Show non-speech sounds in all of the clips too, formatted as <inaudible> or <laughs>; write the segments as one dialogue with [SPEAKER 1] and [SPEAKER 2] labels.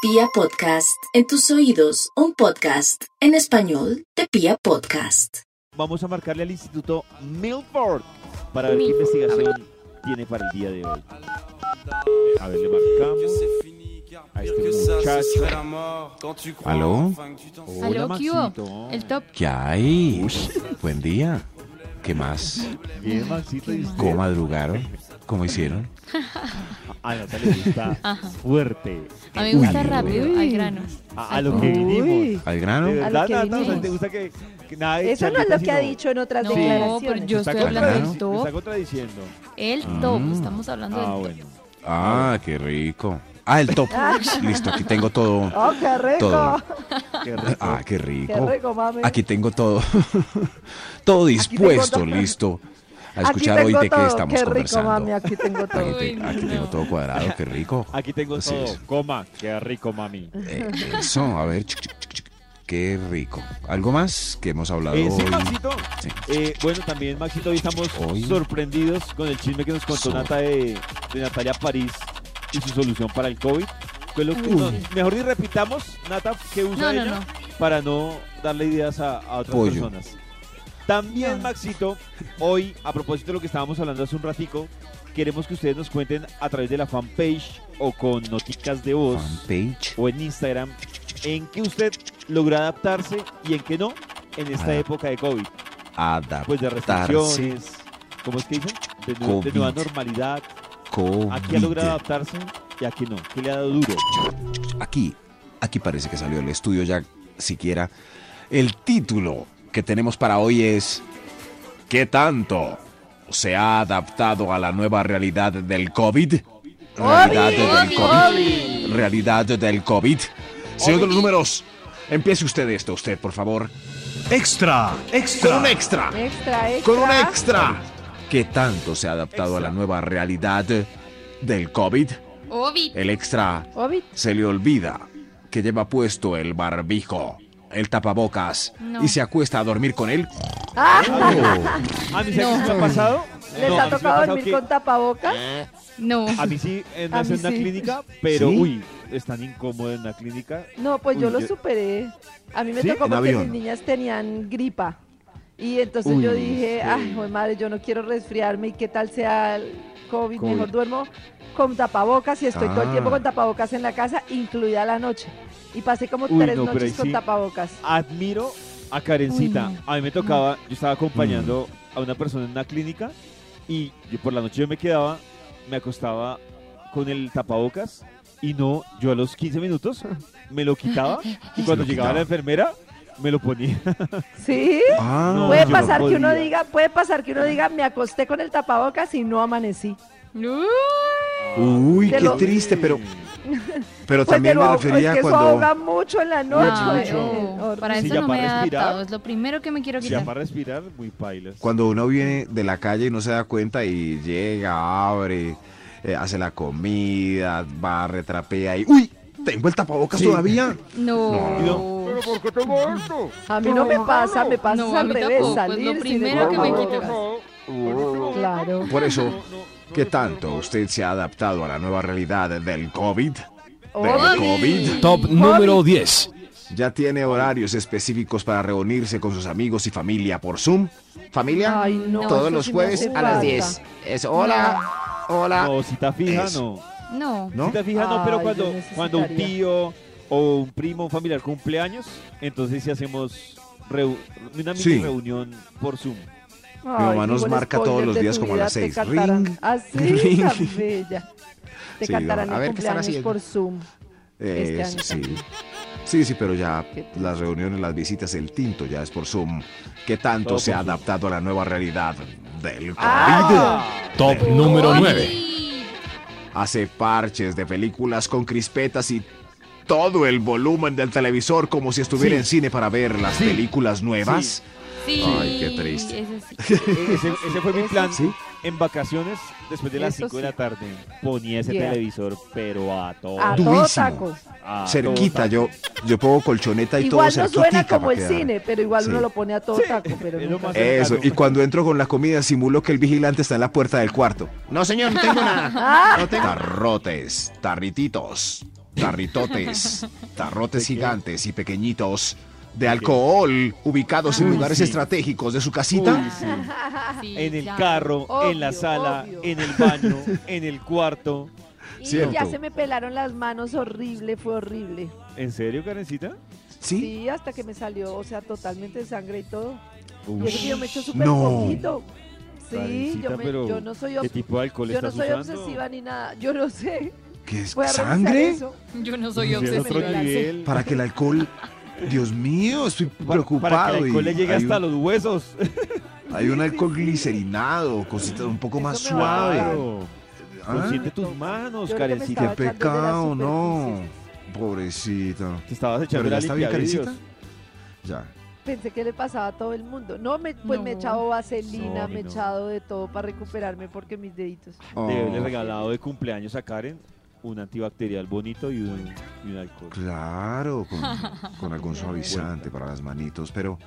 [SPEAKER 1] Pia Podcast, en tus oídos, un podcast en español de Pia Podcast.
[SPEAKER 2] Vamos a marcarle al Instituto Milford para ver qué investigación tiene para el día de hoy. A ver, le marcamos.
[SPEAKER 3] A este muchacho.
[SPEAKER 4] ¿Aló?
[SPEAKER 5] Aló, ¿qué hubo?
[SPEAKER 2] Maxito.
[SPEAKER 5] El top.
[SPEAKER 4] ¿Qué hay? Buen día. ¿Qué más?
[SPEAKER 2] Bien, Maxito. ¿y usted?
[SPEAKER 4] ¿Cómo madrugaron? ¿Cómo hicieron?
[SPEAKER 2] A Nata le gusta
[SPEAKER 5] Ajá.
[SPEAKER 2] fuerte.
[SPEAKER 5] A mí me gusta
[SPEAKER 4] Uy.
[SPEAKER 5] rápido, al grano.
[SPEAKER 2] A, a lo que vinimos.
[SPEAKER 4] ¿Al
[SPEAKER 2] De
[SPEAKER 4] grano?
[SPEAKER 6] A
[SPEAKER 2] verdad,
[SPEAKER 6] lo que
[SPEAKER 2] Nata, o sea,
[SPEAKER 6] vinimos.
[SPEAKER 2] ¿te gusta que, que nada de
[SPEAKER 6] Eso no es lo
[SPEAKER 2] charlitas,
[SPEAKER 6] que ha
[SPEAKER 2] sino-
[SPEAKER 6] dicho en otras
[SPEAKER 5] No, pero
[SPEAKER 6] declaraciones.
[SPEAKER 5] yo
[SPEAKER 2] Está
[SPEAKER 5] estoy hablando
[SPEAKER 2] contradic-
[SPEAKER 5] del
[SPEAKER 2] me Está
[SPEAKER 5] top.
[SPEAKER 2] contradiciendo.
[SPEAKER 5] El top,
[SPEAKER 4] Ah.
[SPEAKER 5] estamos hablando
[SPEAKER 2] Ah,
[SPEAKER 5] del top.
[SPEAKER 2] bueno.
[SPEAKER 4] Ah, qué rico. Ah, el
[SPEAKER 6] <laughs>
[SPEAKER 4] top. Listo, aquí tengo todo.
[SPEAKER 6] ¡Oh, qué rico!
[SPEAKER 4] Todo.
[SPEAKER 2] Qué rico.
[SPEAKER 4] Ah, qué
[SPEAKER 6] ¡Qué
[SPEAKER 4] rico.
[SPEAKER 6] rico, mami!
[SPEAKER 4] Aquí tengo todo. <laughs> Todo dispuesto,
[SPEAKER 6] todo.
[SPEAKER 4] listo. A
[SPEAKER 6] Aquí
[SPEAKER 4] escuchar hoy
[SPEAKER 6] tengo
[SPEAKER 4] de qué
[SPEAKER 6] todo.
[SPEAKER 4] estamos
[SPEAKER 6] ¡Qué rico, mami!
[SPEAKER 4] conversando.
[SPEAKER 6] Aquí tengo todo.
[SPEAKER 4] Aquí, te-
[SPEAKER 5] Uy, no.
[SPEAKER 4] aquí tengo todo cuadrado, qué rico.
[SPEAKER 2] <laughs> Aquí tengo
[SPEAKER 4] Así
[SPEAKER 2] todo.
[SPEAKER 4] es.
[SPEAKER 2] Coma. Qué rico, mami.
[SPEAKER 4] Eh, Eso, a ver. chic, chic, chic, chic. Qué rico. ¿Algo más que hemos hablado
[SPEAKER 2] Eh, sí,
[SPEAKER 4] hoy?
[SPEAKER 2] Maxito.
[SPEAKER 4] Sí.
[SPEAKER 2] Eh, bueno, también, Maxito, hoy estamos
[SPEAKER 4] Hoy.
[SPEAKER 2] sorprendidos con el chisme que nos contó
[SPEAKER 4] Sor-
[SPEAKER 2] Nata de, de Natalia París y su solución para el COVID. Fue lo que- no, mejor ni repitamos, Nata, que usa
[SPEAKER 5] No, no,
[SPEAKER 2] ella
[SPEAKER 5] no.
[SPEAKER 2] para no darle ideas a, a otras
[SPEAKER 4] Pollo.
[SPEAKER 2] personas. También, Maxito, hoy, a propósito de lo que estábamos hablando hace un ratico, queremos que ustedes nos cuenten a través de la fanpage o con noticas de voz
[SPEAKER 4] Fanpage.
[SPEAKER 2] o en Instagram en qué usted logró adaptarse y en qué no en esta
[SPEAKER 4] Adap-
[SPEAKER 2] época de COVID. Pues de
[SPEAKER 4] Ah. Adaptarse.
[SPEAKER 2] restricciones, ¿cómo es que dicen? De, nu- de
[SPEAKER 4] COVID.
[SPEAKER 2] nueva normalidad. ¿A qué ha
[SPEAKER 4] COVID.
[SPEAKER 2] logrado adaptarse y a qué no? ¿Qué le ha dado duro?
[SPEAKER 4] Aquí, aquí parece que salió el estudio ya siquiera. El título que tenemos para hoy es ¿Qué tanto se ha adaptado a la nueva realidad del COVID? Realidad del COVID. Realidad del COVID. Señor de los números, empiece usted esto, usted, por favor. Extra, extra. Con un extra.
[SPEAKER 6] Extra, extra.
[SPEAKER 4] Con un extra. ¿Qué tanto se ha adaptado a la nueva realidad del COVID?
[SPEAKER 2] Eh.
[SPEAKER 5] Obi.
[SPEAKER 4] El extra
[SPEAKER 6] Obi,
[SPEAKER 4] se le olvida que lleva puesto el barbijo, el tapabocas
[SPEAKER 5] No.
[SPEAKER 4] y se acuesta a dormir con él.
[SPEAKER 2] ¿A mí sí me ha pasado?
[SPEAKER 6] ah, ¿les
[SPEAKER 2] No, a
[SPEAKER 6] ha
[SPEAKER 2] mí sí me
[SPEAKER 6] tocado
[SPEAKER 2] pasado
[SPEAKER 6] dormir
[SPEAKER 2] que-
[SPEAKER 6] con tapabocas?
[SPEAKER 5] No.
[SPEAKER 2] A mí sí, en
[SPEAKER 6] A
[SPEAKER 2] hacer
[SPEAKER 6] mí
[SPEAKER 2] una
[SPEAKER 6] sí.
[SPEAKER 2] clínica, pero
[SPEAKER 4] ¿Sí?
[SPEAKER 2] uy, es tan incómodo en la clínica.
[SPEAKER 6] No, pues yo
[SPEAKER 2] Uy,
[SPEAKER 6] lo
[SPEAKER 2] yo-
[SPEAKER 6] superé. A mí me
[SPEAKER 2] ¿Sí?
[SPEAKER 6] tocó
[SPEAKER 4] En
[SPEAKER 6] porque
[SPEAKER 4] avión.
[SPEAKER 6] mis niñas tenían gripa. Y entonces
[SPEAKER 2] Uy,
[SPEAKER 6] yo dije,
[SPEAKER 2] sí.
[SPEAKER 6] ay, joder, madre, yo no quiero resfriarme y qué tal sea el COVID.
[SPEAKER 4] COVID.
[SPEAKER 6] Mejor duermo con tapabocas y estoy todo el tiempo
[SPEAKER 4] Ah.
[SPEAKER 6] con tapabocas en la casa, incluida la noche. Y pasé como
[SPEAKER 2] Uy,
[SPEAKER 6] tres
[SPEAKER 2] no, pero
[SPEAKER 6] noches
[SPEAKER 2] ahí
[SPEAKER 6] con
[SPEAKER 2] sí.
[SPEAKER 6] tapabocas.
[SPEAKER 2] Admiro a Karencita.
[SPEAKER 5] Uy, no.
[SPEAKER 2] A mí me tocaba, yo estaba acompañando
[SPEAKER 4] Mm.
[SPEAKER 2] a una persona en una clínica y yo por la noche yo me quedaba, me acostaba con el tapabocas y no, yo a los 15 minutos me lo quitaba y cuando
[SPEAKER 4] lo
[SPEAKER 2] llegaba
[SPEAKER 4] quitaba.
[SPEAKER 2] la enfermera me lo ponía.
[SPEAKER 6] ¿Sí?
[SPEAKER 4] <laughs> Ah,
[SPEAKER 6] Puede
[SPEAKER 2] yo no
[SPEAKER 6] pasar que uno
[SPEAKER 2] podía.
[SPEAKER 6] diga, puede pasar que uno diga, me acosté con el tapabocas y no amanecí.
[SPEAKER 5] Uy,
[SPEAKER 4] <laughs> Uy,
[SPEAKER 6] Te
[SPEAKER 4] qué
[SPEAKER 6] lo-
[SPEAKER 4] triste, pero, pero
[SPEAKER 6] Pues
[SPEAKER 4] también
[SPEAKER 6] pero
[SPEAKER 4] me
[SPEAKER 6] es
[SPEAKER 4] refería
[SPEAKER 6] que eso ahoga
[SPEAKER 4] cuando...
[SPEAKER 6] mucho en la noche.
[SPEAKER 5] no,
[SPEAKER 6] eh, horrible.
[SPEAKER 5] Para
[SPEAKER 2] Sí,
[SPEAKER 5] eso
[SPEAKER 2] ya
[SPEAKER 5] no
[SPEAKER 2] para
[SPEAKER 5] me he
[SPEAKER 2] respirar.
[SPEAKER 5] adaptado. Es lo primero que me quiero
[SPEAKER 2] Ya
[SPEAKER 5] quitar.
[SPEAKER 2] para respirar, muy pailas.
[SPEAKER 4] Cuando uno viene de la calle y no se da cuenta y llega, abre, eh, hace la comida, barre, trapea y... ¡Uy! ¿Tengo el tapabocas todavía?
[SPEAKER 5] No.
[SPEAKER 2] No.
[SPEAKER 7] ¿Por qué tengo esto?
[SPEAKER 6] A mí no me pasa, me pasa
[SPEAKER 5] No, a
[SPEAKER 6] al
[SPEAKER 5] mí
[SPEAKER 6] revés,
[SPEAKER 5] tampoco, es
[SPEAKER 6] salir
[SPEAKER 5] lo
[SPEAKER 6] sin el
[SPEAKER 5] primero que me
[SPEAKER 6] tapabocas.
[SPEAKER 5] quito.
[SPEAKER 7] No,
[SPEAKER 6] Claro.
[SPEAKER 4] <laughs> Por eso, ¿qué tanto usted se ha adaptado a la nueva realidad del COVID?
[SPEAKER 6] Obi.
[SPEAKER 4] COVID.
[SPEAKER 8] Top número 10.
[SPEAKER 4] ¿Ya tiene horarios específicos para reunirse con sus amigos y familia por Zoom? ¿Familia?
[SPEAKER 6] Ay, no,
[SPEAKER 4] Todos
[SPEAKER 6] eso
[SPEAKER 4] los
[SPEAKER 6] sí me
[SPEAKER 4] jueves
[SPEAKER 6] hace
[SPEAKER 4] a las
[SPEAKER 6] falta.
[SPEAKER 4] 10. Es hola, hola.
[SPEAKER 2] No, cita fija,
[SPEAKER 4] Eso.
[SPEAKER 2] no.
[SPEAKER 5] No.
[SPEAKER 4] ¿No?
[SPEAKER 2] Cita fija, no, pero
[SPEAKER 6] Ay, yo
[SPEAKER 2] cuando, cuando un
[SPEAKER 6] necesitaría.
[SPEAKER 2] tío o un primo, un familiar cumple años, entonces sí hacemos reu- una mini
[SPEAKER 4] Sí.
[SPEAKER 2] reunión por Zoom.
[SPEAKER 6] Mi
[SPEAKER 4] mamá nos marca todos los días como a las seis. Ring,
[SPEAKER 6] Así,
[SPEAKER 4] ring.
[SPEAKER 6] Ah, tan bella. Te
[SPEAKER 4] Sí,
[SPEAKER 6] cantarán
[SPEAKER 4] a
[SPEAKER 6] el
[SPEAKER 4] ver, ¿qué están
[SPEAKER 6] cumpleaños
[SPEAKER 4] haciendo?
[SPEAKER 6] por Zoom.
[SPEAKER 4] Eh,
[SPEAKER 6] Este año
[SPEAKER 4] sí. Sí, sí, pero ya
[SPEAKER 6] Qué triste.
[SPEAKER 4] las reuniones, las visitas, el tinto ya es por Zoom. ¿Qué
[SPEAKER 2] Todo
[SPEAKER 4] tanto se
[SPEAKER 2] por
[SPEAKER 4] ha
[SPEAKER 2] Zoom.
[SPEAKER 4] adaptado a la nueva realidad del COVID?
[SPEAKER 6] Ah.
[SPEAKER 8] Top
[SPEAKER 4] Uy.
[SPEAKER 8] número
[SPEAKER 5] Uy.
[SPEAKER 8] 9.
[SPEAKER 4] Hace parches de películas con crispetas y todo el volumen del televisor como si estuviera
[SPEAKER 2] Sí.
[SPEAKER 4] en cine para ver las
[SPEAKER 2] Sí.
[SPEAKER 4] películas nuevas.
[SPEAKER 5] Sí.
[SPEAKER 4] Ay, qué triste.
[SPEAKER 5] ese sí.
[SPEAKER 2] <laughs> E- Ese, ese fue mi plan
[SPEAKER 4] Sí.
[SPEAKER 2] en vacaciones después de las
[SPEAKER 6] Eso
[SPEAKER 2] 5 de la
[SPEAKER 6] sí.
[SPEAKER 2] tarde. Ponía ese
[SPEAKER 6] Yeah.
[SPEAKER 2] televisor, pero a todo.
[SPEAKER 6] A
[SPEAKER 4] Oh, Durísimo.
[SPEAKER 6] todo taco.
[SPEAKER 2] a
[SPEAKER 4] cerquita,
[SPEAKER 2] todo.
[SPEAKER 4] yo, yo pongo colchoneta y
[SPEAKER 6] Igual
[SPEAKER 4] todo
[SPEAKER 6] no suena
[SPEAKER 4] cerquitica
[SPEAKER 6] como
[SPEAKER 4] pa'
[SPEAKER 6] el
[SPEAKER 4] quedar.
[SPEAKER 6] cine, pero igual
[SPEAKER 4] Sí.
[SPEAKER 6] uno lo pone a todo taco. Pero
[SPEAKER 2] Es lo
[SPEAKER 6] nunca
[SPEAKER 2] más
[SPEAKER 6] se-
[SPEAKER 4] Eso, y
[SPEAKER 2] cercano.
[SPEAKER 4] cuando entro con la comida simulo que el vigilante está en
[SPEAKER 6] Ah.
[SPEAKER 4] la puerta del cuarto. No, señor, no tengo nada. No tengo. Tarrotes, tarrititos,
[SPEAKER 6] <laughs>
[SPEAKER 4] tarritotes, tarrotes
[SPEAKER 2] ¿De qué?
[SPEAKER 4] gigantes y pequeñitos de alcohol ubicados en
[SPEAKER 2] Uy,
[SPEAKER 4] lugares
[SPEAKER 2] sí.
[SPEAKER 4] estratégicos de su casita.
[SPEAKER 2] Uy, sí.
[SPEAKER 5] Sí,
[SPEAKER 2] <laughs> En el
[SPEAKER 5] ya.
[SPEAKER 2] carro, en la
[SPEAKER 6] Obvio,
[SPEAKER 2] sala,
[SPEAKER 6] obvio.
[SPEAKER 2] en el
[SPEAKER 6] <laughs>
[SPEAKER 2] baño, en el cuarto.
[SPEAKER 6] Y
[SPEAKER 4] Cierto.
[SPEAKER 6] ya se me pelaron las manos horrible, fue horrible.
[SPEAKER 2] ¿En serio, Karencita?
[SPEAKER 6] ¿Sí?
[SPEAKER 4] ¿Sí?
[SPEAKER 6] hasta que me salió, o sea, totalmente de sangre y todo. Y eso que yo
[SPEAKER 4] Ush.
[SPEAKER 6] me echo súper
[SPEAKER 4] No.
[SPEAKER 6] poquito. Sí,
[SPEAKER 2] Karencita,
[SPEAKER 6] yo, me-
[SPEAKER 2] pero
[SPEAKER 6] yo no soy,
[SPEAKER 2] ¿Qué
[SPEAKER 6] obs-
[SPEAKER 2] tipo de alcohol
[SPEAKER 6] yo no
[SPEAKER 2] estás
[SPEAKER 6] soy
[SPEAKER 2] usando?
[SPEAKER 6] obsesiva ni nada. Yo no sé. <laughs>
[SPEAKER 4] ¿Qué es
[SPEAKER 6] Voy a revisar
[SPEAKER 4] sangre?
[SPEAKER 6] eso.
[SPEAKER 5] Yo no soy
[SPEAKER 2] Sí, es
[SPEAKER 5] obsesiva.
[SPEAKER 2] otro nivel.
[SPEAKER 4] Para que el alcohol... Dios mío, estoy
[SPEAKER 2] Para-
[SPEAKER 4] preocupado.
[SPEAKER 2] Para que el alcohol
[SPEAKER 4] y
[SPEAKER 2] le llegue
[SPEAKER 4] hay
[SPEAKER 2] hasta
[SPEAKER 4] un-
[SPEAKER 2] los huesos.
[SPEAKER 4] Hay un alcohol glicerinado, cositas un poco
[SPEAKER 6] Eso
[SPEAKER 4] más
[SPEAKER 6] me va a
[SPEAKER 4] <laughs>
[SPEAKER 6] dar.
[SPEAKER 4] suave. Ah,
[SPEAKER 2] Consiente tus manos,
[SPEAKER 6] Yo creo que me
[SPEAKER 2] Karencita.
[SPEAKER 4] qué
[SPEAKER 6] estaba echando de
[SPEAKER 4] pecado,
[SPEAKER 6] las
[SPEAKER 4] no.
[SPEAKER 6] superficies.
[SPEAKER 4] Pobrecita.
[SPEAKER 2] Te estabas echando
[SPEAKER 4] Pero ya
[SPEAKER 2] la
[SPEAKER 4] está bien,
[SPEAKER 2] limpiavidrios.
[SPEAKER 4] carecita. Ya.
[SPEAKER 6] Pensé que le pasaba a todo el mundo. No, me, pues me he
[SPEAKER 5] No.
[SPEAKER 6] echado vaselina,
[SPEAKER 2] No,
[SPEAKER 6] me he
[SPEAKER 2] no.
[SPEAKER 6] echado de todo para recuperarme porque mis deditos.
[SPEAKER 4] Oh,
[SPEAKER 2] De haberle regalado de cumpleaños a Karen un antibacterial bonito y un, y un alcohol.
[SPEAKER 4] claro, con, con algún suavizante para las manitos, pero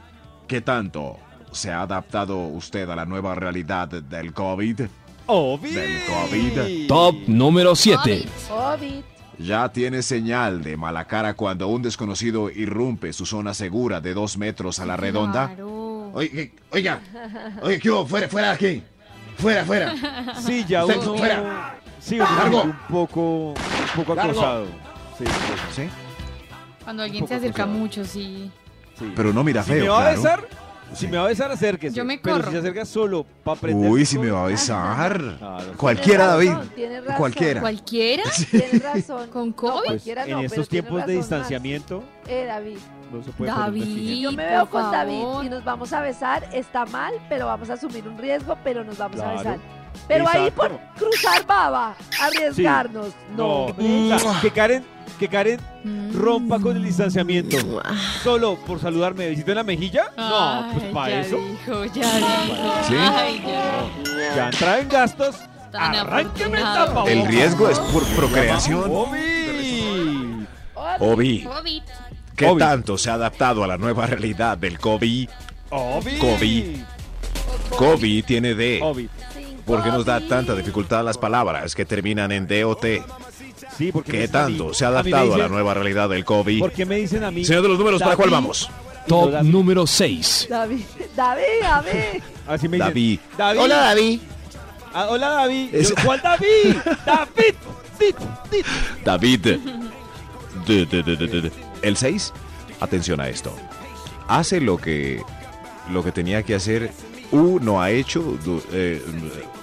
[SPEAKER 4] ¿qué tanto se ha adaptado usted a la nueva realidad del COVID?
[SPEAKER 2] ¡Obvio!
[SPEAKER 4] Del COVID.
[SPEAKER 7] Top número 7.
[SPEAKER 6] COVID.
[SPEAKER 4] Ya tiene señal de mala cara cuando un desconocido irrumpe su zona segura de dos metros a la redonda.
[SPEAKER 5] Claro.
[SPEAKER 8] Oiga, oiga, oiga, ¿qué hubo? Fuera, fuera de aquí. Fuera, fuera.
[SPEAKER 2] Sí, ya
[SPEAKER 8] Usted
[SPEAKER 2] uno...
[SPEAKER 8] fuera.
[SPEAKER 2] Sí, uno se
[SPEAKER 8] Largo.
[SPEAKER 2] siente un poco, un poco
[SPEAKER 8] Largo.
[SPEAKER 2] acosado. Sí, sí,
[SPEAKER 4] ¿Sí?
[SPEAKER 5] Cuando
[SPEAKER 2] Un
[SPEAKER 5] alguien se
[SPEAKER 2] poco
[SPEAKER 5] acerca
[SPEAKER 2] cruzado.
[SPEAKER 5] mucho, sí.
[SPEAKER 2] sí.
[SPEAKER 4] Pero no mira
[SPEAKER 2] si
[SPEAKER 4] feo,
[SPEAKER 2] me va a
[SPEAKER 4] claro.
[SPEAKER 2] besar, si
[SPEAKER 4] Sí.
[SPEAKER 2] me va a besar, acérquese.
[SPEAKER 5] Yo me
[SPEAKER 2] Pero
[SPEAKER 5] corro.
[SPEAKER 2] si se acerca solo para aprender...
[SPEAKER 4] Uy, si me va a besar.
[SPEAKER 2] <laughs> Claro.
[SPEAKER 4] Cualquiera, David.
[SPEAKER 6] Tienes razón,
[SPEAKER 2] <laughs>
[SPEAKER 4] Cualquiera.
[SPEAKER 5] ¿Cualquiera?
[SPEAKER 6] Tienes razón.
[SPEAKER 5] ¿Con
[SPEAKER 6] No,
[SPEAKER 5] COVID?
[SPEAKER 2] Pues,
[SPEAKER 6] cualquiera no,
[SPEAKER 2] en
[SPEAKER 6] pero
[SPEAKER 2] estos
[SPEAKER 6] tienes
[SPEAKER 2] tiempos de
[SPEAKER 6] razón, Max.
[SPEAKER 2] distanciamiento
[SPEAKER 6] Eh, David.
[SPEAKER 2] no se puede poner un
[SPEAKER 5] David.
[SPEAKER 2] exigente.
[SPEAKER 6] Yo me veo
[SPEAKER 5] por
[SPEAKER 6] con David
[SPEAKER 5] favor.
[SPEAKER 6] y nos vamos a besar. Está mal, pero vamos a asumir un riesgo, pero nos vamos
[SPEAKER 2] Claro.
[SPEAKER 6] a besar. Pero ahí
[SPEAKER 2] Exacto.
[SPEAKER 6] por cruzar baba, arriesgarnos.
[SPEAKER 2] No,
[SPEAKER 6] No,
[SPEAKER 2] Mm.
[SPEAKER 6] hombre.
[SPEAKER 2] o sea, que Karen, que Karen
[SPEAKER 5] Mm.
[SPEAKER 2] rompa con el distanciamiento. Solo por saludarme, ¿me visito en la mejilla? No, pues
[SPEAKER 5] Ay,
[SPEAKER 2] para
[SPEAKER 5] ya
[SPEAKER 2] eso.
[SPEAKER 5] Dijo, ya dijo.
[SPEAKER 4] ¿Sí?
[SPEAKER 5] Ay, ya.
[SPEAKER 2] Ya entra en gastos.
[SPEAKER 5] Tan
[SPEAKER 2] Arránqueme el
[SPEAKER 5] afortunado.
[SPEAKER 2] tapabocas.
[SPEAKER 4] El riesgo es por procreación.
[SPEAKER 2] ¡Obi!
[SPEAKER 4] Obi,
[SPEAKER 5] COVID.
[SPEAKER 4] ¿qué
[SPEAKER 2] Obi.
[SPEAKER 4] tanto se ha adaptado a la nueva realidad del COVID?
[SPEAKER 2] ¡Obi!
[SPEAKER 4] COVID. COVID tiene D.
[SPEAKER 2] Obi.
[SPEAKER 4] ¿Por qué nos da tanta dificultad las palabras que terminan en DOT?
[SPEAKER 2] Sí, porque me
[SPEAKER 4] ¿Qué
[SPEAKER 2] dicen a mí-
[SPEAKER 4] tanto se ha
[SPEAKER 2] mí me
[SPEAKER 4] adaptado a la
[SPEAKER 2] dicen-
[SPEAKER 4] nueva realidad del COVID?
[SPEAKER 2] ¿Por qué me dicen a mí?
[SPEAKER 4] Señor de los números, ¿para cuál
[SPEAKER 2] David?
[SPEAKER 4] vamos?
[SPEAKER 7] Top
[SPEAKER 2] David.
[SPEAKER 7] número 6.
[SPEAKER 6] David, David, David.
[SPEAKER 2] Así me dicen.
[SPEAKER 4] David.
[SPEAKER 2] David.
[SPEAKER 8] Hola, David.
[SPEAKER 2] Ah, hola, David.
[SPEAKER 4] Es-
[SPEAKER 2] Yo, ¿Cuál
[SPEAKER 4] <laughs>
[SPEAKER 2] David? David. Dit, dit.
[SPEAKER 4] David. D- d- d- d- d- El 6, atención a esto. Hace lo que lo que tenía que hacer. U no ha hecho du- eh,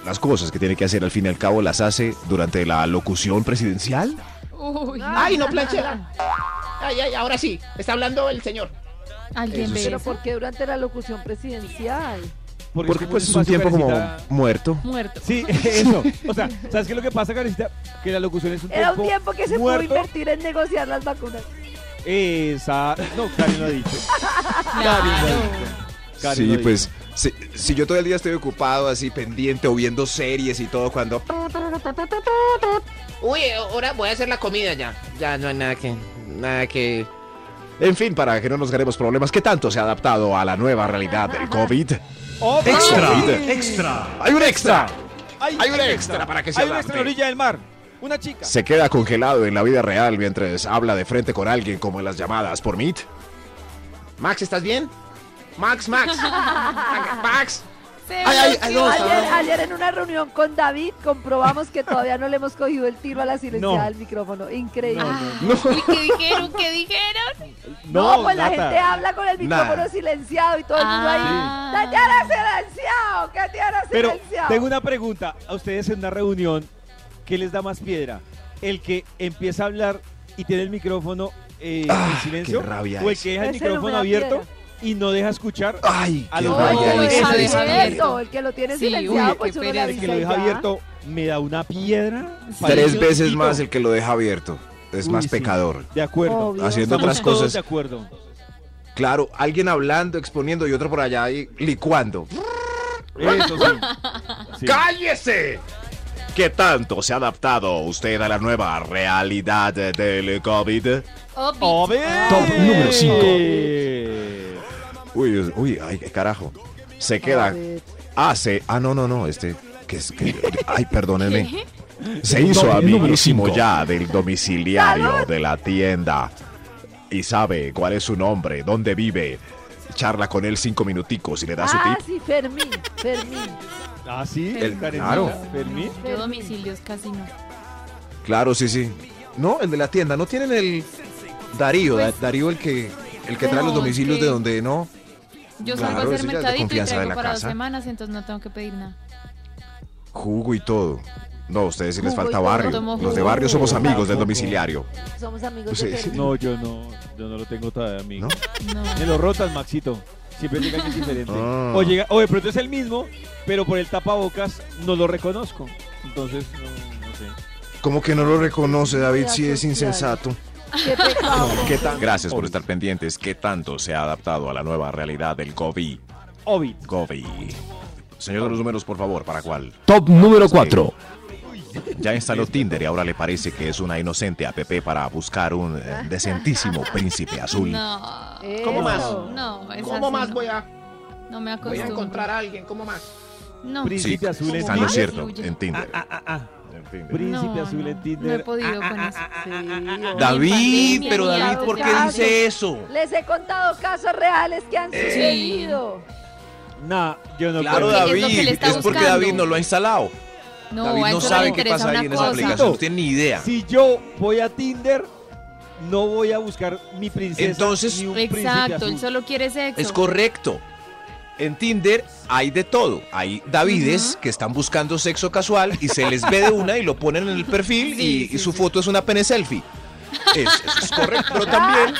[SPEAKER 4] las cosas que tiene que hacer, al fin y al cabo las hace durante la locución presidencial.
[SPEAKER 5] Uy,
[SPEAKER 8] <laughs> Ay, no pues, plancha. Ay, ay, ahora sí. Está hablando el señor.
[SPEAKER 5] ¿alguien
[SPEAKER 4] Eso
[SPEAKER 5] ve
[SPEAKER 4] sí.
[SPEAKER 6] Pero
[SPEAKER 5] eso?
[SPEAKER 6] ¿por qué durante la locución presidencial?
[SPEAKER 4] Porque
[SPEAKER 2] como
[SPEAKER 4] pues es un
[SPEAKER 2] espacio
[SPEAKER 4] tiempo como
[SPEAKER 2] carecita-
[SPEAKER 4] muerto.
[SPEAKER 5] Muerto.
[SPEAKER 2] Sí, <laughs> eso. O sea, ¿sabes qué es lo que pasa, Karencita? Que la locución es un
[SPEAKER 6] Era
[SPEAKER 2] tiempo.
[SPEAKER 6] un tiempo que se
[SPEAKER 2] muerto.
[SPEAKER 6] pudo invertir en negociar las vacunas.
[SPEAKER 2] Esa. No, Karen lo ha dicho.
[SPEAKER 5] Claro.
[SPEAKER 2] Karen lo
[SPEAKER 4] sí,
[SPEAKER 2] ha
[SPEAKER 4] pues
[SPEAKER 2] dicho.
[SPEAKER 4] si, si yo todo el día estoy ocupado así pendiente o viendo series y todo cuando...
[SPEAKER 8] Uy, ahora voy a hacer la comida ya. Ya no hay nada que. Nada que.
[SPEAKER 4] En fin, para que no nos ganemos problemas, ¿qué tanto se ha adaptado a la nueva realidad del COVID?
[SPEAKER 2] ¡Obi!
[SPEAKER 4] ¡Extra! ¡Hay un extra!
[SPEAKER 8] Hay un extra para que se
[SPEAKER 2] Hay una extra en la
[SPEAKER 8] adapte.
[SPEAKER 2] orilla del mar. Una chica.
[SPEAKER 4] Se queda congelado en la vida real mientras habla de frente con alguien como en las llamadas por Meet.
[SPEAKER 8] Max, ¿estás bien? Max, Max. Max.
[SPEAKER 5] Se
[SPEAKER 8] Ay, ay, ay, no,
[SPEAKER 6] Ayer,
[SPEAKER 8] estaba-
[SPEAKER 6] ayer en una reunión con David comprobamos que todavía no le hemos cogido el tiro a la silenciada
[SPEAKER 2] No.
[SPEAKER 6] del micrófono. Increíble.
[SPEAKER 5] Uy, ¿qué dijeron?
[SPEAKER 8] <laughs>
[SPEAKER 5] ¿Qué dijeron?
[SPEAKER 6] No, pues la
[SPEAKER 2] nada.
[SPEAKER 6] gente habla con el micrófono
[SPEAKER 4] Nada.
[SPEAKER 6] silenciado y todo el mundo
[SPEAKER 5] Ah.
[SPEAKER 6] ahí. ¡La tiene silenciado! ¡Que tiene
[SPEAKER 2] Pero
[SPEAKER 6] silenciado!
[SPEAKER 2] tengo una pregunta. A ustedes en una reunión, ¿qué les da más piedra? ¿El que empieza a hablar y tiene el micrófono eh, en silencio?
[SPEAKER 4] Ah, qué rabia
[SPEAKER 2] ¿O el
[SPEAKER 4] eso.
[SPEAKER 2] que deja el
[SPEAKER 6] Ese no me
[SPEAKER 2] micrófono
[SPEAKER 6] da
[SPEAKER 2] abierto y no deja escuchar?
[SPEAKER 4] ¡Ay,
[SPEAKER 2] A
[SPEAKER 4] qué
[SPEAKER 2] lo
[SPEAKER 4] raya
[SPEAKER 5] mejor
[SPEAKER 4] es
[SPEAKER 5] esa
[SPEAKER 4] esa!
[SPEAKER 5] deja abierta.
[SPEAKER 6] abierto. El que lo tiene
[SPEAKER 5] Sí, uy,
[SPEAKER 6] silenciado,
[SPEAKER 5] qué
[SPEAKER 6] pues uno le
[SPEAKER 5] pereza.
[SPEAKER 2] El que
[SPEAKER 6] avisa
[SPEAKER 2] lo
[SPEAKER 6] y
[SPEAKER 2] deja
[SPEAKER 6] ya.
[SPEAKER 2] abierto me da una piedra.
[SPEAKER 5] Sí.
[SPEAKER 2] Parece
[SPEAKER 4] Tres
[SPEAKER 2] un
[SPEAKER 4] veces
[SPEAKER 2] tiro.
[SPEAKER 4] más el que lo deja abierto. Es
[SPEAKER 2] Uy,
[SPEAKER 4] más
[SPEAKER 2] sí.
[SPEAKER 4] pecador.
[SPEAKER 2] De acuerdo.
[SPEAKER 6] Obvio.
[SPEAKER 4] Haciendo
[SPEAKER 2] Estamos
[SPEAKER 4] otras
[SPEAKER 2] todos
[SPEAKER 4] cosas.
[SPEAKER 2] de acuerdo.
[SPEAKER 4] Claro, alguien hablando, exponiendo y otro por allá ahí licuando.
[SPEAKER 2] Eso sí. Sí.
[SPEAKER 4] ¡Cállese! ¿Qué tanto se ha adaptado usted a la nueva realidad del COVID?
[SPEAKER 5] Obvio.
[SPEAKER 2] Obvio.
[SPEAKER 7] Top número
[SPEAKER 4] Uy, uy, ay, qué carajo.
[SPEAKER 9] ah,
[SPEAKER 4] Se queda, hace, ah, no, no, no, este, que es que, ay, perdónenme.
[SPEAKER 9] Se hizo amiguísimo ya del domiciliario de la tienda. Y sabe cuál es su nombre, dónde vive. Charla con él cinco minuticos y le da su
[SPEAKER 6] Ah,
[SPEAKER 9] tip.
[SPEAKER 6] sí, Fermín, Fermín.
[SPEAKER 2] Ah, sí,
[SPEAKER 5] El-
[SPEAKER 2] Karencita,
[SPEAKER 4] claro.
[SPEAKER 2] Fermín.
[SPEAKER 5] Yo domicilios casi no.
[SPEAKER 4] Claro, sí, sí. No, el de la tienda. No tienen el Darío. Da-
[SPEAKER 5] Pues-
[SPEAKER 4] Darío el que, el que trae
[SPEAKER 5] No,
[SPEAKER 4] los domicilios
[SPEAKER 5] que-
[SPEAKER 4] de donde no.
[SPEAKER 5] Yo salgo
[SPEAKER 4] Claro,
[SPEAKER 5] a
[SPEAKER 4] eso
[SPEAKER 5] hacer
[SPEAKER 4] ya es de
[SPEAKER 5] mercadito y
[SPEAKER 4] confianza de
[SPEAKER 5] traigo
[SPEAKER 4] la
[SPEAKER 5] para
[SPEAKER 4] casa.
[SPEAKER 5] dos semanas, entonces no tengo que pedir nada.
[SPEAKER 4] Jugo y todo.
[SPEAKER 9] No, a ustedes sí les
[SPEAKER 6] Jugo y
[SPEAKER 9] falta
[SPEAKER 6] todo.
[SPEAKER 9] barrio.
[SPEAKER 5] Tomo
[SPEAKER 9] Los de
[SPEAKER 5] jugo.
[SPEAKER 9] barrio somos amigos del
[SPEAKER 2] Tampoco.
[SPEAKER 9] domiciliario.
[SPEAKER 6] Somos amigos
[SPEAKER 4] Pues Sí,
[SPEAKER 6] de
[SPEAKER 4] sí.
[SPEAKER 6] Fermín.
[SPEAKER 2] No, yo no, yo no lo tengo todavía, amigo.
[SPEAKER 8] <laughs>
[SPEAKER 5] No.
[SPEAKER 2] Me lo rotan, Maxito. Siempre llega que es diferente.
[SPEAKER 9] Ah.
[SPEAKER 2] O llega, oye, pero entonces es el mismo, pero por el tapabocas no lo reconozco. Entonces, no, no sé.
[SPEAKER 4] Como que no lo reconoce, David?
[SPEAKER 6] Sí, es insensato. Qué pecado.
[SPEAKER 4] <laughs>
[SPEAKER 9] ¿Qué tan- Gracias por estar pendientes. ¿Qué tanto se ha adaptado a la nueva realidad del COVID?
[SPEAKER 2] Ovid.
[SPEAKER 9] COVID. Señor de los números, por favor, ¿para cuál?
[SPEAKER 7] Top número 4.
[SPEAKER 9] Ya instaló Tinder y ahora le parece que es una inocente app para buscar un eh, decentísimo príncipe azul.
[SPEAKER 5] No.
[SPEAKER 8] ¿Cómo más?
[SPEAKER 6] Eso.
[SPEAKER 5] No, es
[SPEAKER 8] Eh, ¿Cómo
[SPEAKER 5] así,
[SPEAKER 8] más
[SPEAKER 5] no.
[SPEAKER 8] voy a,
[SPEAKER 5] No me
[SPEAKER 8] voy a
[SPEAKER 5] acostumbro.
[SPEAKER 8] encontrar a alguien? ¿Cómo más?
[SPEAKER 5] No.
[SPEAKER 9] Sí,
[SPEAKER 2] Príncipe azul en
[SPEAKER 9] está en lo
[SPEAKER 5] Tinder.
[SPEAKER 9] cierto, en Tinder.
[SPEAKER 2] Ah, ah, ah.
[SPEAKER 9] En Tinder.
[SPEAKER 2] Príncipe
[SPEAKER 5] No,
[SPEAKER 2] azul
[SPEAKER 5] no,
[SPEAKER 2] en
[SPEAKER 5] No he
[SPEAKER 2] Tinder.
[SPEAKER 5] podido con eso.
[SPEAKER 2] Ah,
[SPEAKER 6] Sí,
[SPEAKER 4] David,
[SPEAKER 5] Ni en
[SPEAKER 4] pero
[SPEAKER 5] pandemia,
[SPEAKER 4] David,
[SPEAKER 5] ni
[SPEAKER 4] ¿por qué
[SPEAKER 5] ahorita.
[SPEAKER 4] dice eso?
[SPEAKER 6] Les he contado casos reales que han sucedido.
[SPEAKER 2] Nah, yo no
[SPEAKER 4] Claro,
[SPEAKER 5] Porque es lo
[SPEAKER 4] David.
[SPEAKER 5] que le está
[SPEAKER 4] Es porque
[SPEAKER 5] buscando.
[SPEAKER 4] David no lo ha instalado.
[SPEAKER 5] No,
[SPEAKER 4] David
[SPEAKER 5] a eso
[SPEAKER 4] no
[SPEAKER 5] le
[SPEAKER 4] sabe qué
[SPEAKER 5] interesa
[SPEAKER 4] pasa ahí
[SPEAKER 5] una
[SPEAKER 4] en esa
[SPEAKER 5] cosa.
[SPEAKER 4] aplicación. No tiene ni idea.
[SPEAKER 2] Si yo voy a Tinder, no voy a buscar mi princesa.
[SPEAKER 4] Entonces-
[SPEAKER 2] ni un príncipe
[SPEAKER 5] Exacto, él
[SPEAKER 2] azul.
[SPEAKER 5] solo quiere sexo.
[SPEAKER 4] Es correcto. En Tinder hay de todo. Hay Davides
[SPEAKER 5] Ujú.
[SPEAKER 4] que están buscando sexo casual y se les ve de una y lo ponen en el perfil
[SPEAKER 5] Sí,
[SPEAKER 4] y,
[SPEAKER 5] sí,
[SPEAKER 4] y su
[SPEAKER 5] sí.
[SPEAKER 4] foto es una pene selfie. Es- eso es correcto. Pero también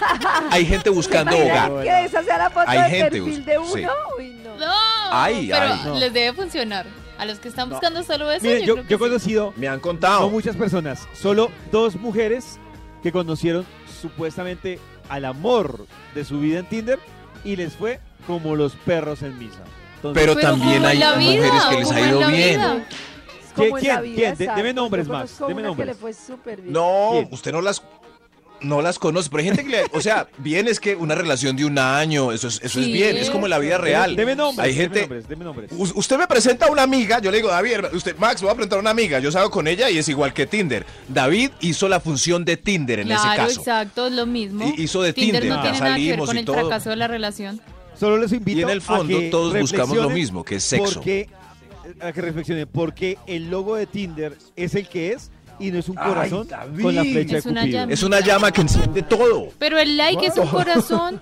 [SPEAKER 4] hay gente buscando
[SPEAKER 2] Imagínate.
[SPEAKER 4] hogar.
[SPEAKER 6] Imaginan Que esa sea la foto
[SPEAKER 4] Hay
[SPEAKER 6] de
[SPEAKER 4] gente,
[SPEAKER 6] perfil
[SPEAKER 4] us-
[SPEAKER 6] de
[SPEAKER 4] sí.
[SPEAKER 6] uno. Uy, no.
[SPEAKER 5] No,
[SPEAKER 4] Ay,
[SPEAKER 5] pero
[SPEAKER 4] ay,
[SPEAKER 2] no.
[SPEAKER 5] les debe funcionar. A los que están
[SPEAKER 2] No.
[SPEAKER 5] buscando solo eso,
[SPEAKER 2] Miren,
[SPEAKER 5] yo,
[SPEAKER 2] yo,
[SPEAKER 5] creo que
[SPEAKER 2] yo he
[SPEAKER 5] sí.
[SPEAKER 2] conocido
[SPEAKER 4] Me han
[SPEAKER 2] no
[SPEAKER 4] contado.
[SPEAKER 2] muchas personas, solo dos mujeres que conocieron supuestamente al amor de su vida en Tinder y les fue como los perros en misa. Entonces,
[SPEAKER 4] Pero
[SPEAKER 5] Pero
[SPEAKER 4] también
[SPEAKER 5] como
[SPEAKER 4] hay
[SPEAKER 5] en la vida,
[SPEAKER 4] mujeres que les ha
[SPEAKER 5] como en
[SPEAKER 4] ido
[SPEAKER 5] la
[SPEAKER 4] bien.
[SPEAKER 5] vida.
[SPEAKER 6] Es como en la
[SPEAKER 2] ¿Quién?
[SPEAKER 6] vida,
[SPEAKER 2] ¿Quién? De-
[SPEAKER 6] exacto.
[SPEAKER 2] deme nombres
[SPEAKER 6] Yo
[SPEAKER 2] más,
[SPEAKER 6] conozco
[SPEAKER 2] deme
[SPEAKER 6] una
[SPEAKER 2] nombres.
[SPEAKER 6] que le fue súper bien.
[SPEAKER 4] No,
[SPEAKER 2] ¿Quién?
[SPEAKER 4] usted no las no las conoce, pero hay gente que le, o sea, bien es que una relación de un año, eso es, eso es
[SPEAKER 5] Sí,
[SPEAKER 4] bien, es como en la vida real.
[SPEAKER 2] Deme nombres,
[SPEAKER 4] Hay
[SPEAKER 2] deme
[SPEAKER 4] gente-
[SPEAKER 2] nombres, deme nombres.
[SPEAKER 4] U- Usted me presenta a una amiga, yo le digo, David, usted, Max, me voy a presentar a una amiga, yo salgo con ella y es igual que Tinder. David hizo la función de Tinder en ese
[SPEAKER 5] Claro,
[SPEAKER 4] caso.
[SPEAKER 5] exacto, es lo mismo.
[SPEAKER 4] Y- hizo de Tinder,
[SPEAKER 5] no
[SPEAKER 4] ya
[SPEAKER 5] tiene nada que ver
[SPEAKER 4] salimos
[SPEAKER 5] con
[SPEAKER 4] y
[SPEAKER 5] el
[SPEAKER 4] todo.
[SPEAKER 5] fracaso de la relación.
[SPEAKER 2] Solo les invito
[SPEAKER 4] Y en el fondo
[SPEAKER 2] a que
[SPEAKER 4] todos buscamos lo
[SPEAKER 2] reflexionen
[SPEAKER 4] mismo, que es sexo.
[SPEAKER 2] Porque, a que reflexionen, porque el logo de Tinder es el que es y no es un
[SPEAKER 4] Ay,
[SPEAKER 2] corazón
[SPEAKER 4] David.
[SPEAKER 2] con la flecha
[SPEAKER 5] Es
[SPEAKER 2] de
[SPEAKER 5] una
[SPEAKER 2] Cupido.
[SPEAKER 5] llama.
[SPEAKER 4] Es una llama que enciende todo.
[SPEAKER 5] Pero el like es un
[SPEAKER 4] Wow.
[SPEAKER 5] corazón.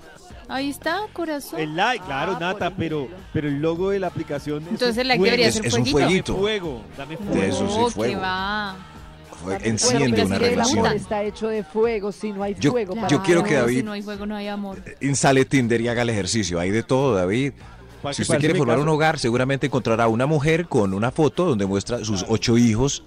[SPEAKER 5] Ahí está, corazón.
[SPEAKER 2] El like, claro,
[SPEAKER 6] Ah,
[SPEAKER 2] Nata,
[SPEAKER 6] por
[SPEAKER 2] pero,
[SPEAKER 6] ejemplo.
[SPEAKER 2] pero el logo de la aplicación es
[SPEAKER 5] Entonces
[SPEAKER 2] un
[SPEAKER 5] el like debería
[SPEAKER 4] Es-
[SPEAKER 5] ser
[SPEAKER 4] es un
[SPEAKER 5] fueguito.
[SPEAKER 2] Dame
[SPEAKER 4] Fueguito.
[SPEAKER 2] fuego, dame fuego.
[SPEAKER 4] De eso sí,
[SPEAKER 5] No, que
[SPEAKER 4] fuego.
[SPEAKER 5] Oh, va.
[SPEAKER 4] Fue-
[SPEAKER 6] Pero
[SPEAKER 4] Enciende
[SPEAKER 2] pues
[SPEAKER 6] es
[SPEAKER 4] una
[SPEAKER 6] que el amor
[SPEAKER 4] relación.
[SPEAKER 6] está hecho de fuego, si no hay
[SPEAKER 4] Yo-
[SPEAKER 6] fuego.
[SPEAKER 4] yo
[SPEAKER 6] para
[SPEAKER 4] quiero que
[SPEAKER 6] nada.
[SPEAKER 4] David-
[SPEAKER 5] Si no hay fuego, no hay
[SPEAKER 4] <laughs>
[SPEAKER 5] amor.
[SPEAKER 4] Instale Tinder y haga el ejercicio, hay de todo, David.
[SPEAKER 2] Para
[SPEAKER 4] Si
[SPEAKER 2] que
[SPEAKER 4] usted quiere
[SPEAKER 2] parezca
[SPEAKER 4] formar
[SPEAKER 2] mi
[SPEAKER 4] un
[SPEAKER 2] caso.
[SPEAKER 4] hogar, seguramente encontrará una mujer con una foto donde muestra sus ocho hijos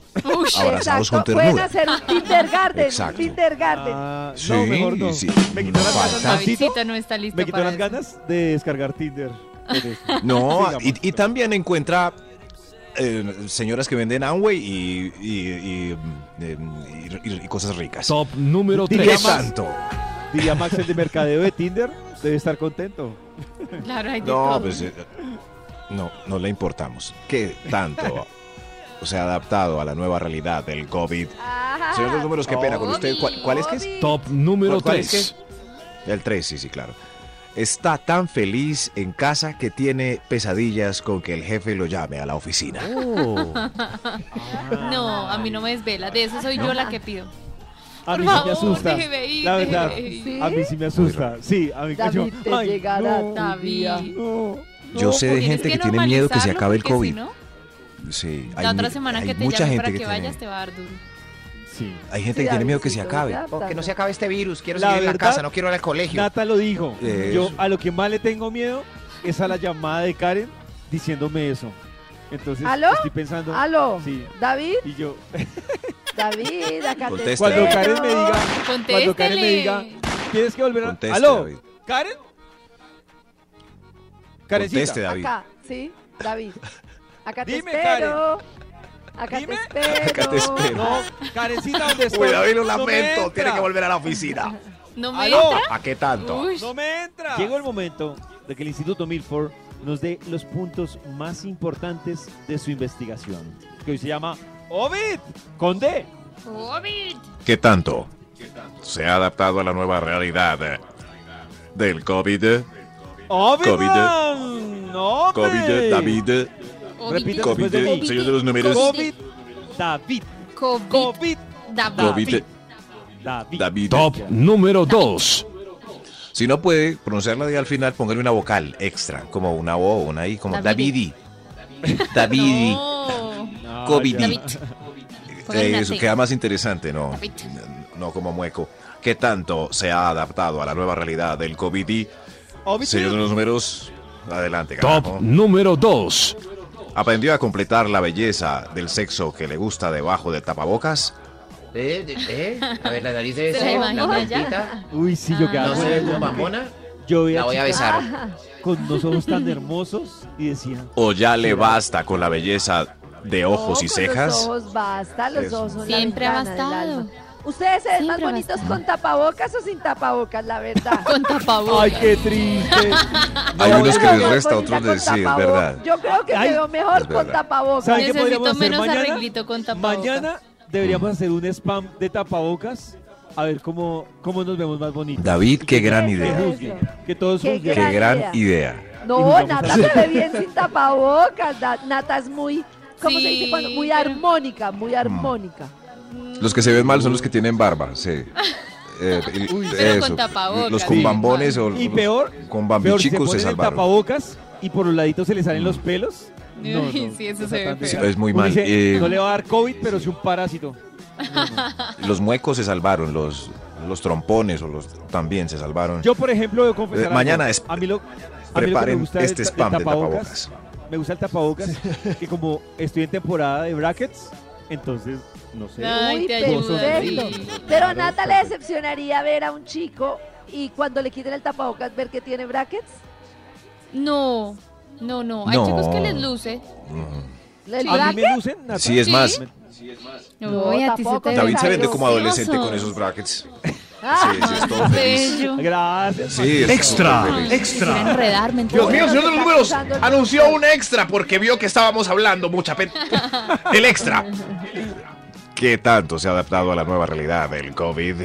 [SPEAKER 4] abrazados con
[SPEAKER 6] Exacto, Pueden
[SPEAKER 4] ternura.
[SPEAKER 6] hacer un Tinder Garden.
[SPEAKER 4] Exacto.
[SPEAKER 6] Tinder Garden.
[SPEAKER 2] Ah,
[SPEAKER 4] Sí,
[SPEAKER 2] no, mejor no.
[SPEAKER 4] sí,
[SPEAKER 2] Me quitó
[SPEAKER 4] no
[SPEAKER 2] las ganas,
[SPEAKER 4] falta.
[SPEAKER 2] Maxito,
[SPEAKER 5] Davidcita no está lista
[SPEAKER 2] Me quitó
[SPEAKER 5] para
[SPEAKER 2] las
[SPEAKER 5] eso.
[SPEAKER 2] ganas de descargar Tinder. con esto.
[SPEAKER 5] <laughs>
[SPEAKER 4] No,
[SPEAKER 2] Sigamos.
[SPEAKER 4] y, y también encuentra eh, señoras que venden Amway y, y- y, mm, y- y- y cosas ricas.
[SPEAKER 7] Top número
[SPEAKER 2] Diría
[SPEAKER 4] ¿Qué
[SPEAKER 7] 3.
[SPEAKER 2] más.
[SPEAKER 4] tanto?
[SPEAKER 2] Diría Max, el de mercadeo de Tinder debe estar contento.
[SPEAKER 5] Claro, hay de
[SPEAKER 4] No,
[SPEAKER 5] todo.
[SPEAKER 4] pues eh, no, no le importamos. ¿Qué tanto? se ha adaptado a la nueva realidad del COVID.
[SPEAKER 5] Ah,
[SPEAKER 6] Ajá.
[SPEAKER 4] Señor de los números, qué pena con usted. ¿Cuál, cuál es que es?
[SPEAKER 6] Bobby.
[SPEAKER 7] Top número
[SPEAKER 4] ¿Cuál es
[SPEAKER 7] 3.
[SPEAKER 4] El 3, sí, sí, claro. Está tan feliz en casa que tiene pesadillas con que el jefe lo llame a la oficina.
[SPEAKER 5] Oh, No, a mí no me desvela. De eso soy yo la que pido.
[SPEAKER 2] A mí
[SPEAKER 5] Por
[SPEAKER 2] sí
[SPEAKER 5] favor,
[SPEAKER 2] me asusta.
[SPEAKER 5] déjeme ir,
[SPEAKER 2] La verdad,
[SPEAKER 5] déjeme ir.
[SPEAKER 6] ¿Sí?
[SPEAKER 2] a mí sí me asusta. Sí, a mí
[SPEAKER 6] David,
[SPEAKER 2] yo-
[SPEAKER 6] te
[SPEAKER 2] Ah, ay,
[SPEAKER 6] llegará
[SPEAKER 2] no,
[SPEAKER 5] David.
[SPEAKER 2] no.
[SPEAKER 4] Yo sé de
[SPEAKER 5] pues, Tienes
[SPEAKER 4] gente que tiene miedo que se
[SPEAKER 5] normalizarlo,
[SPEAKER 4] acabe el
[SPEAKER 5] porque
[SPEAKER 4] COVID.
[SPEAKER 5] si no,
[SPEAKER 4] Sí,
[SPEAKER 5] la otra
[SPEAKER 4] mu-
[SPEAKER 5] semana
[SPEAKER 4] hay
[SPEAKER 5] que te
[SPEAKER 4] mucha
[SPEAKER 5] llame
[SPEAKER 4] gente
[SPEAKER 5] para que,
[SPEAKER 4] tiene-
[SPEAKER 5] vayas te va a dar duro.
[SPEAKER 2] Sí.
[SPEAKER 4] Hay gente
[SPEAKER 6] Sí,
[SPEAKER 4] que tiene miedo que se
[SPEAKER 6] Davidcito,
[SPEAKER 4] acabe.
[SPEAKER 6] ya,
[SPEAKER 10] Porque no
[SPEAKER 6] tanto.
[SPEAKER 10] se acabe este virus, quiero
[SPEAKER 2] La
[SPEAKER 10] seguir en la
[SPEAKER 2] verdad-
[SPEAKER 10] casa, no quiero ir al colegio.
[SPEAKER 2] Nata lo dijo.
[SPEAKER 4] Eso.
[SPEAKER 2] Yo a lo que más le tengo miedo es a la llamada de Karen diciéndome eso. Entonces
[SPEAKER 6] ¿Aló?
[SPEAKER 2] estoy pensando.
[SPEAKER 6] Aló,
[SPEAKER 2] Sí.
[SPEAKER 6] David,
[SPEAKER 2] Y yo,
[SPEAKER 6] David, acá te
[SPEAKER 4] Contesta.
[SPEAKER 2] cuando
[SPEAKER 4] Pero-
[SPEAKER 2] Karen me diga, cuando Karen me
[SPEAKER 5] Contéstele.
[SPEAKER 2] diga, tienes que volver a.
[SPEAKER 4] Conteste,
[SPEAKER 2] ¿Aló?
[SPEAKER 4] David.
[SPEAKER 2] ¿Karen? Karencita.
[SPEAKER 4] Conteste, David.
[SPEAKER 6] Acá, sí, David. Acá te
[SPEAKER 2] Dime,
[SPEAKER 6] espero. Acá
[SPEAKER 2] Dime.
[SPEAKER 6] te espero.
[SPEAKER 4] Acá te espero.
[SPEAKER 2] No, Karencita, ¿dónde estoy?
[SPEAKER 4] Uy, David,
[SPEAKER 2] No
[SPEAKER 4] lo
[SPEAKER 2] me
[SPEAKER 4] lamento.
[SPEAKER 2] entra.
[SPEAKER 4] Tiene que volver a la oficina.
[SPEAKER 5] No me
[SPEAKER 2] ¿Aló?
[SPEAKER 4] ¿A qué tanto?
[SPEAKER 5] Uy,
[SPEAKER 2] ¡No me entra! Llegó el momento de que el Instituto Milford nos dé los puntos más importantes de su investigación, que hoy se llama ¡Ovid! ¡Conde!
[SPEAKER 5] ¡Covid!
[SPEAKER 4] ¿Qué tanto se ha adaptado a la nueva realidad eh, del COVID? eh,
[SPEAKER 2] ¡Ovid!
[SPEAKER 4] Covid.
[SPEAKER 2] man! ¡Ovid!
[SPEAKER 4] COVID, eh, David, eh,
[SPEAKER 2] Repite después
[SPEAKER 4] COVID,
[SPEAKER 2] de
[SPEAKER 4] eh,
[SPEAKER 2] mí.
[SPEAKER 4] señor de los números,
[SPEAKER 2] ¡Covid! ¡David!
[SPEAKER 5] COVID.
[SPEAKER 2] ¡Covid!
[SPEAKER 5] David.
[SPEAKER 4] COVID, eh,
[SPEAKER 2] ¡David!
[SPEAKER 4] David.
[SPEAKER 7] Top número 2.
[SPEAKER 4] Si no puede pronunciar la D al final, póngale una vocal extra, como una O, una I, como
[SPEAKER 5] Davidi.
[SPEAKER 4] Davidi.
[SPEAKER 5] <laughs>
[SPEAKER 4] Davidi.
[SPEAKER 5] No.
[SPEAKER 2] No,
[SPEAKER 4] COVID.
[SPEAKER 2] ya.
[SPEAKER 5] David. Póngale
[SPEAKER 4] Eh,
[SPEAKER 5] una
[SPEAKER 4] eso
[SPEAKER 5] T.
[SPEAKER 4] queda más interesante, ¿no?
[SPEAKER 5] David.
[SPEAKER 4] No como mueco. ¿Qué tanto se ha adaptado a la nueva realidad del COVID?
[SPEAKER 2] ¡Ovid!
[SPEAKER 4] Señor de los números, adelante.
[SPEAKER 7] Top
[SPEAKER 4] carajo.
[SPEAKER 7] número 2.
[SPEAKER 4] ¿Aprendió a completar la belleza del sexo que le gusta debajo del tapabocas?
[SPEAKER 11] ¿Eh? de- ¿Eh? A ver, la nariz de
[SPEAKER 5] Se
[SPEAKER 11] esa, la
[SPEAKER 5] la imagina ya.
[SPEAKER 11] plantita.
[SPEAKER 2] Uy, sí, yo
[SPEAKER 5] Ah.
[SPEAKER 2] quedaba
[SPEAKER 11] No se
[SPEAKER 2] con
[SPEAKER 11] ve
[SPEAKER 2] ella,
[SPEAKER 11] como
[SPEAKER 2] porque
[SPEAKER 11] mamona,
[SPEAKER 2] Yo veía
[SPEAKER 11] la voy a
[SPEAKER 2] chicas
[SPEAKER 11] besar.
[SPEAKER 2] con unos ojos tan hermosos y decía...
[SPEAKER 4] ¿O ya le basta con la belleza de ojos
[SPEAKER 6] No,
[SPEAKER 4] y
[SPEAKER 6] pues
[SPEAKER 4] cejas?
[SPEAKER 6] Los ojos basta, los
[SPEAKER 4] Eso.
[SPEAKER 6] ojos son la
[SPEAKER 5] Siempre ha
[SPEAKER 6] ventana del
[SPEAKER 5] bastado.
[SPEAKER 6] alma. Ustedes se ven más
[SPEAKER 5] Siempre ha
[SPEAKER 6] bonitos
[SPEAKER 5] bastado.
[SPEAKER 6] con tapabocas o sin tapabocas, la verdad.
[SPEAKER 5] Con
[SPEAKER 2] ¡Ay,
[SPEAKER 5] tapabocas.
[SPEAKER 2] qué triste!
[SPEAKER 4] <laughs> Hay
[SPEAKER 6] Yo
[SPEAKER 4] unos que
[SPEAKER 6] me veo
[SPEAKER 4] les
[SPEAKER 6] más
[SPEAKER 4] resta,
[SPEAKER 6] bonita
[SPEAKER 4] otros les
[SPEAKER 6] con
[SPEAKER 4] sí, es
[SPEAKER 6] tapabocas.
[SPEAKER 4] verdad.
[SPEAKER 6] Yo creo que
[SPEAKER 2] Ay,
[SPEAKER 6] me veo mejor
[SPEAKER 4] es
[SPEAKER 6] con
[SPEAKER 4] verdad.
[SPEAKER 6] tapabocas.
[SPEAKER 2] ¿Saben qué podríamos
[SPEAKER 5] Necesito
[SPEAKER 2] hacer
[SPEAKER 5] menos
[SPEAKER 2] mañana?
[SPEAKER 5] arreglito con tapabocas.
[SPEAKER 2] Mañana deberíamos hacer un spam de tapabocas. A ver cómo, cómo nos vemos más bonitos.
[SPEAKER 4] David, qué gran
[SPEAKER 2] Que
[SPEAKER 4] idea.
[SPEAKER 2] juzguen, Que todos
[SPEAKER 6] Qué
[SPEAKER 2] juzguen.
[SPEAKER 4] Qué gran
[SPEAKER 6] Gran
[SPEAKER 4] idea.
[SPEAKER 2] Y
[SPEAKER 6] No,
[SPEAKER 2] vamos a
[SPEAKER 6] Nata
[SPEAKER 2] hacer-
[SPEAKER 6] se ve bien sin tapabocas. Na- Nata es muy, ¿cómo se dice?
[SPEAKER 5] Sí,
[SPEAKER 6] cuando- muy
[SPEAKER 5] pero-
[SPEAKER 6] armónica,
[SPEAKER 4] Mm.
[SPEAKER 6] muy armónica.
[SPEAKER 4] Los que se ven mal son los que tienen barba, sí. Eh, y-
[SPEAKER 5] pero con tapabocas,
[SPEAKER 4] los con
[SPEAKER 5] sí.
[SPEAKER 4] bambones o
[SPEAKER 2] Y
[SPEAKER 4] los
[SPEAKER 2] peor, peor si se
[SPEAKER 4] con bambichicos
[SPEAKER 2] ponen
[SPEAKER 4] se
[SPEAKER 2] el
[SPEAKER 4] salvaron. Mm.
[SPEAKER 2] tapabocas y por los laditos se le salen los pelos. No, no,
[SPEAKER 5] Uy, sí, eso
[SPEAKER 2] o sea,
[SPEAKER 5] se ve
[SPEAKER 2] tan
[SPEAKER 5] feo.
[SPEAKER 2] desagradable.
[SPEAKER 4] Es muy
[SPEAKER 2] Uno
[SPEAKER 4] mal,
[SPEAKER 2] dice,
[SPEAKER 4] eh,
[SPEAKER 2] no le va a dar COVID, pero sí un parásito.
[SPEAKER 4] Los muecos se salvaron, los, los trompones o los también se salvaron.
[SPEAKER 2] Yo, por ejemplo, debo confesar
[SPEAKER 4] Eh,
[SPEAKER 2] algo.
[SPEAKER 4] mañana es-
[SPEAKER 2] a mí lo, a mí lo que me
[SPEAKER 4] Preparen
[SPEAKER 2] gusta del
[SPEAKER 4] este
[SPEAKER 2] ta- del
[SPEAKER 4] spam de tapabocas.
[SPEAKER 2] Me gusta el
[SPEAKER 4] <laughs>
[SPEAKER 2] tapabocas, que como estoy en temporada de brackets, entonces, no sé.
[SPEAKER 5] Ay,
[SPEAKER 6] Uy,
[SPEAKER 5] te
[SPEAKER 2] perfecto.
[SPEAKER 5] ayuda. sí.
[SPEAKER 6] Pero a Nata le decepcionaría ver a un chico y cuando le quiten el tapabocas ver que tiene brackets.
[SPEAKER 5] No, no, no. Hay
[SPEAKER 4] No.
[SPEAKER 5] chicos que les luce.
[SPEAKER 6] El
[SPEAKER 2] A mí
[SPEAKER 6] bracket.
[SPEAKER 2] me lucen, Nata.
[SPEAKER 4] Sí, es más,
[SPEAKER 2] Me-
[SPEAKER 6] No, tampoco.
[SPEAKER 5] ve
[SPEAKER 4] David se vende
[SPEAKER 6] Bello.
[SPEAKER 4] como adolescente con
[SPEAKER 5] Hermoso.
[SPEAKER 4] esos brackets.
[SPEAKER 6] Ah,
[SPEAKER 4] Sí, sí, es todo
[SPEAKER 5] Más
[SPEAKER 4] feliz.
[SPEAKER 5] bello.
[SPEAKER 2] Gracias.
[SPEAKER 4] Sí, es
[SPEAKER 7] Extra,
[SPEAKER 4] todo feliz.
[SPEAKER 7] extra.
[SPEAKER 5] Quisiera enredarme en
[SPEAKER 10] Dios
[SPEAKER 5] todo.
[SPEAKER 10] mío, señor de los números, anunció un extra porque vio que estábamos hablando mucha pena. El extra.
[SPEAKER 4] ¿Qué tanto se ha adaptado a la nueva realidad del COVID?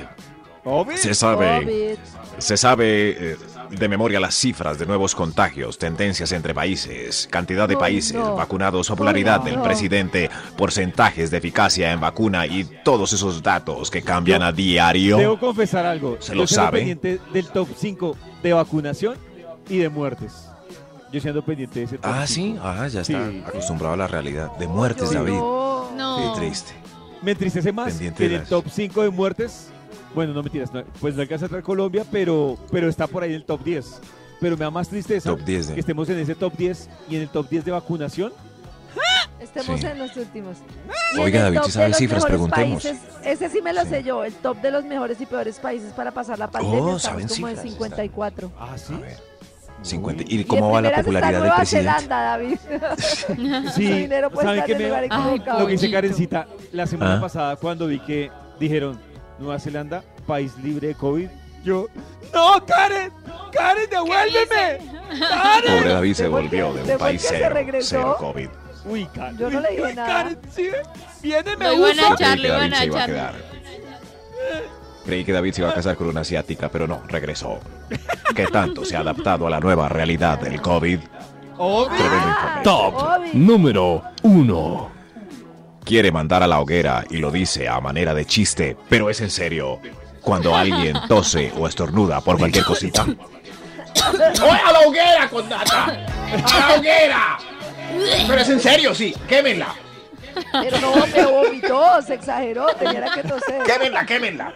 [SPEAKER 2] Obvio.
[SPEAKER 4] Se
[SPEAKER 6] Ah,
[SPEAKER 4] sabe,
[SPEAKER 6] COVID.
[SPEAKER 4] se sabe eh, de memoria las cifras de nuevos contagios, tendencias entre países, cantidad de
[SPEAKER 6] Ay,
[SPEAKER 4] países
[SPEAKER 6] no.
[SPEAKER 4] vacunados, popularidad
[SPEAKER 6] Ay,
[SPEAKER 4] del
[SPEAKER 6] no.
[SPEAKER 4] presidente, porcentajes de eficacia en vacuna y todos esos datos que cambian a
[SPEAKER 2] Debo
[SPEAKER 4] diario.
[SPEAKER 2] confesar algo.
[SPEAKER 4] Se lo
[SPEAKER 2] Yo siendo
[SPEAKER 4] sabe.
[SPEAKER 2] pendiente del top 5 de vacunación y de muertes. Yo siendo pendiente de ese top
[SPEAKER 4] Ah, sí,
[SPEAKER 2] cinco.
[SPEAKER 4] ah, ya está
[SPEAKER 2] Sí.
[SPEAKER 4] acostumbrado a la realidad de muertes,
[SPEAKER 6] Yo
[SPEAKER 4] David.
[SPEAKER 6] no.
[SPEAKER 5] No.
[SPEAKER 4] Qué
[SPEAKER 6] <laughs>
[SPEAKER 4] triste.
[SPEAKER 2] Me entristece más
[SPEAKER 4] Pendiente
[SPEAKER 2] que en
[SPEAKER 4] de
[SPEAKER 2] el
[SPEAKER 4] las-
[SPEAKER 2] top 5 de muertes. Bueno, no mentiras, no- pues no alcanza a entrar Colombia, pero, pero está por ahí en el top 10. Pero me da más tristeza
[SPEAKER 4] Top 10
[SPEAKER 2] que
[SPEAKER 4] de
[SPEAKER 2] estemos en ese top 10 y en el top 10 de vacunación.
[SPEAKER 6] Estemos
[SPEAKER 4] Sí.
[SPEAKER 6] en los últimos.
[SPEAKER 4] Oiga,
[SPEAKER 6] el
[SPEAKER 4] David,
[SPEAKER 6] top
[SPEAKER 4] si
[SPEAKER 6] de
[SPEAKER 4] sabe
[SPEAKER 6] los
[SPEAKER 4] cifras,
[SPEAKER 6] mejores
[SPEAKER 4] preguntemos.
[SPEAKER 6] países, ese sí me lo
[SPEAKER 4] Sí.
[SPEAKER 6] sé yo, el top de los mejores y peores países para pasar la pandemia.
[SPEAKER 4] Oh,
[SPEAKER 6] estamos
[SPEAKER 4] saben
[SPEAKER 6] como en
[SPEAKER 4] cifras,
[SPEAKER 6] 54.
[SPEAKER 2] Ah, sí.
[SPEAKER 4] A ver, 50.
[SPEAKER 2] Uy.
[SPEAKER 4] ¿Y cómo
[SPEAKER 6] en
[SPEAKER 4] va la
[SPEAKER 6] primeras
[SPEAKER 4] popularidad
[SPEAKER 6] está
[SPEAKER 4] del
[SPEAKER 6] Nueva
[SPEAKER 4] presidente?
[SPEAKER 6] Zelanda, David. <laughs> Su
[SPEAKER 2] Sí,
[SPEAKER 6] dinero puede
[SPEAKER 2] ¿saben
[SPEAKER 6] estar
[SPEAKER 2] qué
[SPEAKER 6] en el lugar
[SPEAKER 2] me,
[SPEAKER 6] equivocado.
[SPEAKER 2] Lo que dice
[SPEAKER 5] Pollito.
[SPEAKER 2] Karencita la semana
[SPEAKER 4] Ah.
[SPEAKER 2] pasada cuando vi que dijeron Nueva Zelanda, país libre de COVID, yo, ¡No, Karen! ¡Karen, devuélveme!
[SPEAKER 6] <laughs>
[SPEAKER 4] Pobre David se
[SPEAKER 6] ¿De por qué-
[SPEAKER 4] volvió de
[SPEAKER 6] de
[SPEAKER 4] un
[SPEAKER 6] por
[SPEAKER 4] país
[SPEAKER 6] qué se
[SPEAKER 4] cero,
[SPEAKER 6] regresó?
[SPEAKER 4] cero COVID.
[SPEAKER 2] Uy, Karen.
[SPEAKER 6] Yo no le dije
[SPEAKER 2] uy,
[SPEAKER 6] nada.
[SPEAKER 2] Karen, sí, viene, me
[SPEAKER 5] Lo iban a
[SPEAKER 2] usa.
[SPEAKER 5] echar,
[SPEAKER 4] Creí
[SPEAKER 5] lo
[SPEAKER 4] que
[SPEAKER 5] iban
[SPEAKER 4] David
[SPEAKER 5] a
[SPEAKER 4] se iba a
[SPEAKER 5] echar.
[SPEAKER 4] quedar. Creí que David se iba a casar con una asiática, pero no, regresó. ¿Qué tanto se ha adaptado a la nueva realidad del COVID?
[SPEAKER 2] Obvio.
[SPEAKER 4] Tremendo
[SPEAKER 6] Ah,
[SPEAKER 4] informe.
[SPEAKER 7] Top
[SPEAKER 6] Obvio.
[SPEAKER 7] número 1.
[SPEAKER 4] Quiere mandar a la hoguera y lo dice a manera de chiste, pero es en serio. Cuando alguien tose o estornuda por cualquier cosita.
[SPEAKER 10] ¡Voy a la hoguera con Nata! ¡A la hoguera! Pero es en serio, sí. Quémenla.
[SPEAKER 6] Pero no, me vomitó, se exageró, tenía que toser.
[SPEAKER 10] Quémenla, quémenla.